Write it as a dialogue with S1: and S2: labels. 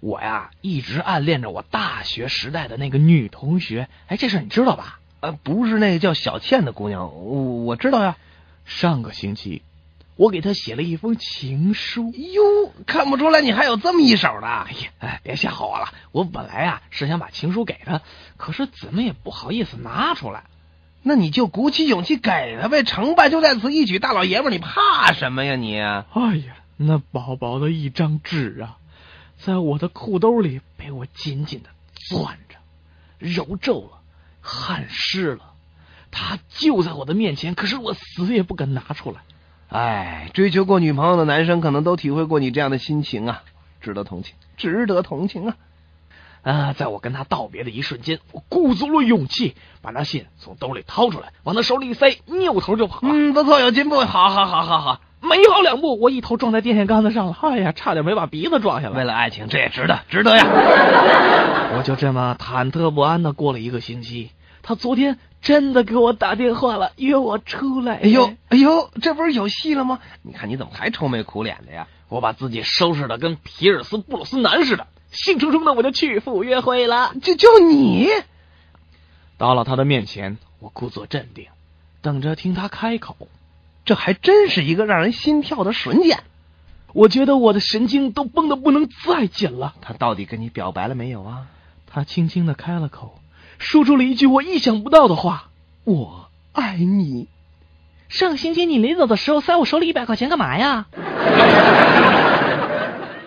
S1: 我呀一直暗恋着我大学时代的那个女同学。哎，这事儿你知道吧？
S2: 呃，不是那个叫小倩的姑娘，我我知道呀。
S1: 上个星期，我给她写了一封情书。
S2: 哟，看不出来你还有这么一手呢。
S1: 哎呀，哎，别吓唬我了。我本来啊是想把情书给她，可是怎么也不好意思拿出来。
S2: 那你就鼓起勇气给他呗，成败就在此一举。大老爷们儿，你怕什么呀你？
S1: 哎呀，那薄薄的一张纸啊，在我的裤兜里被我紧紧的攥着，揉皱了，汗湿了。它就在我的面前，可是我死也不敢拿出来。
S2: 哎，追求过女朋友的男生可能都体会过你这样的心情啊，值得同情，值得同情啊！
S1: 啊，在我跟他道别的一瞬间，我鼓足了勇气，把那信从兜里掏出来，往他手里一塞，扭头就跑了。
S2: 嗯，不错，有进步，好好好好好。
S1: 没跑两步，我一头撞在电线杆子上了，哎呀，差点没把鼻子撞下来。
S2: 为了爱情，这也值得，值得呀！
S1: 我就这么忐忑不安的过了一个星期。他昨天真的给我打电话了，约我出来。
S2: 哎呦，哎呦，这不是有戏了吗？你看你怎么还愁眉苦脸的呀？
S1: 我把自己收拾的跟皮尔斯布鲁斯南似的，兴冲冲的我就去赴约会了。
S2: 就就你，
S1: 到了他的面前，我故作镇定，等着听他开口。
S2: 这还真是一个让人心跳的瞬间。
S1: 我觉得我的神经都绷得不能再紧了。
S2: 他到底跟你表白了没有啊？
S1: 他轻轻的开了口。说出了一句我意想不到的话：“
S2: 我爱你。”
S3: 上个星期你临走的时候塞我手里一百块钱干嘛呀？